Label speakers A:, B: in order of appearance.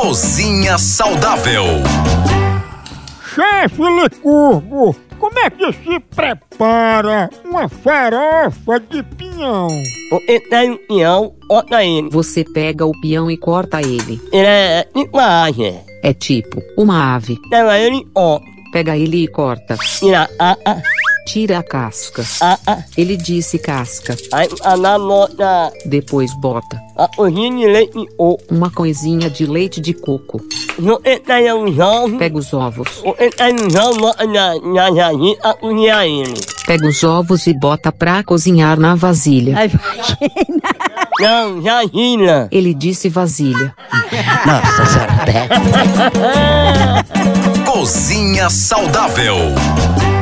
A: Cozinha Saudável.
B: Chefe Licurgo, como é que se prepara uma farofa de pinhão?
C: Porque tem um pinhão, corta ele.
D: Você pega o peão e corta ele.
C: Ele é tipo uma árvore.
D: É tipo uma ave.
C: Então aí ele ó,
D: Pega ele e corta.
C: tira a a
D: Tira a casca.
C: a a.
D: Ele disse casca.
C: Aí a À, na À, bota
D: Depois bota
C: a cozinha de leite de coco.
D: uma coisinha de leite de coco.
C: Você tem os ovos.
D: Pega os ovos.
C: Você tem os ovos, bota na, na jardim a cozinhar ele.
D: Pega os ovos e bota pra cozinhar na vasilha.
C: Não, jardim.
D: Ele disse vasilha.
C: Nossa senhora,
A: Cozinha Saudável.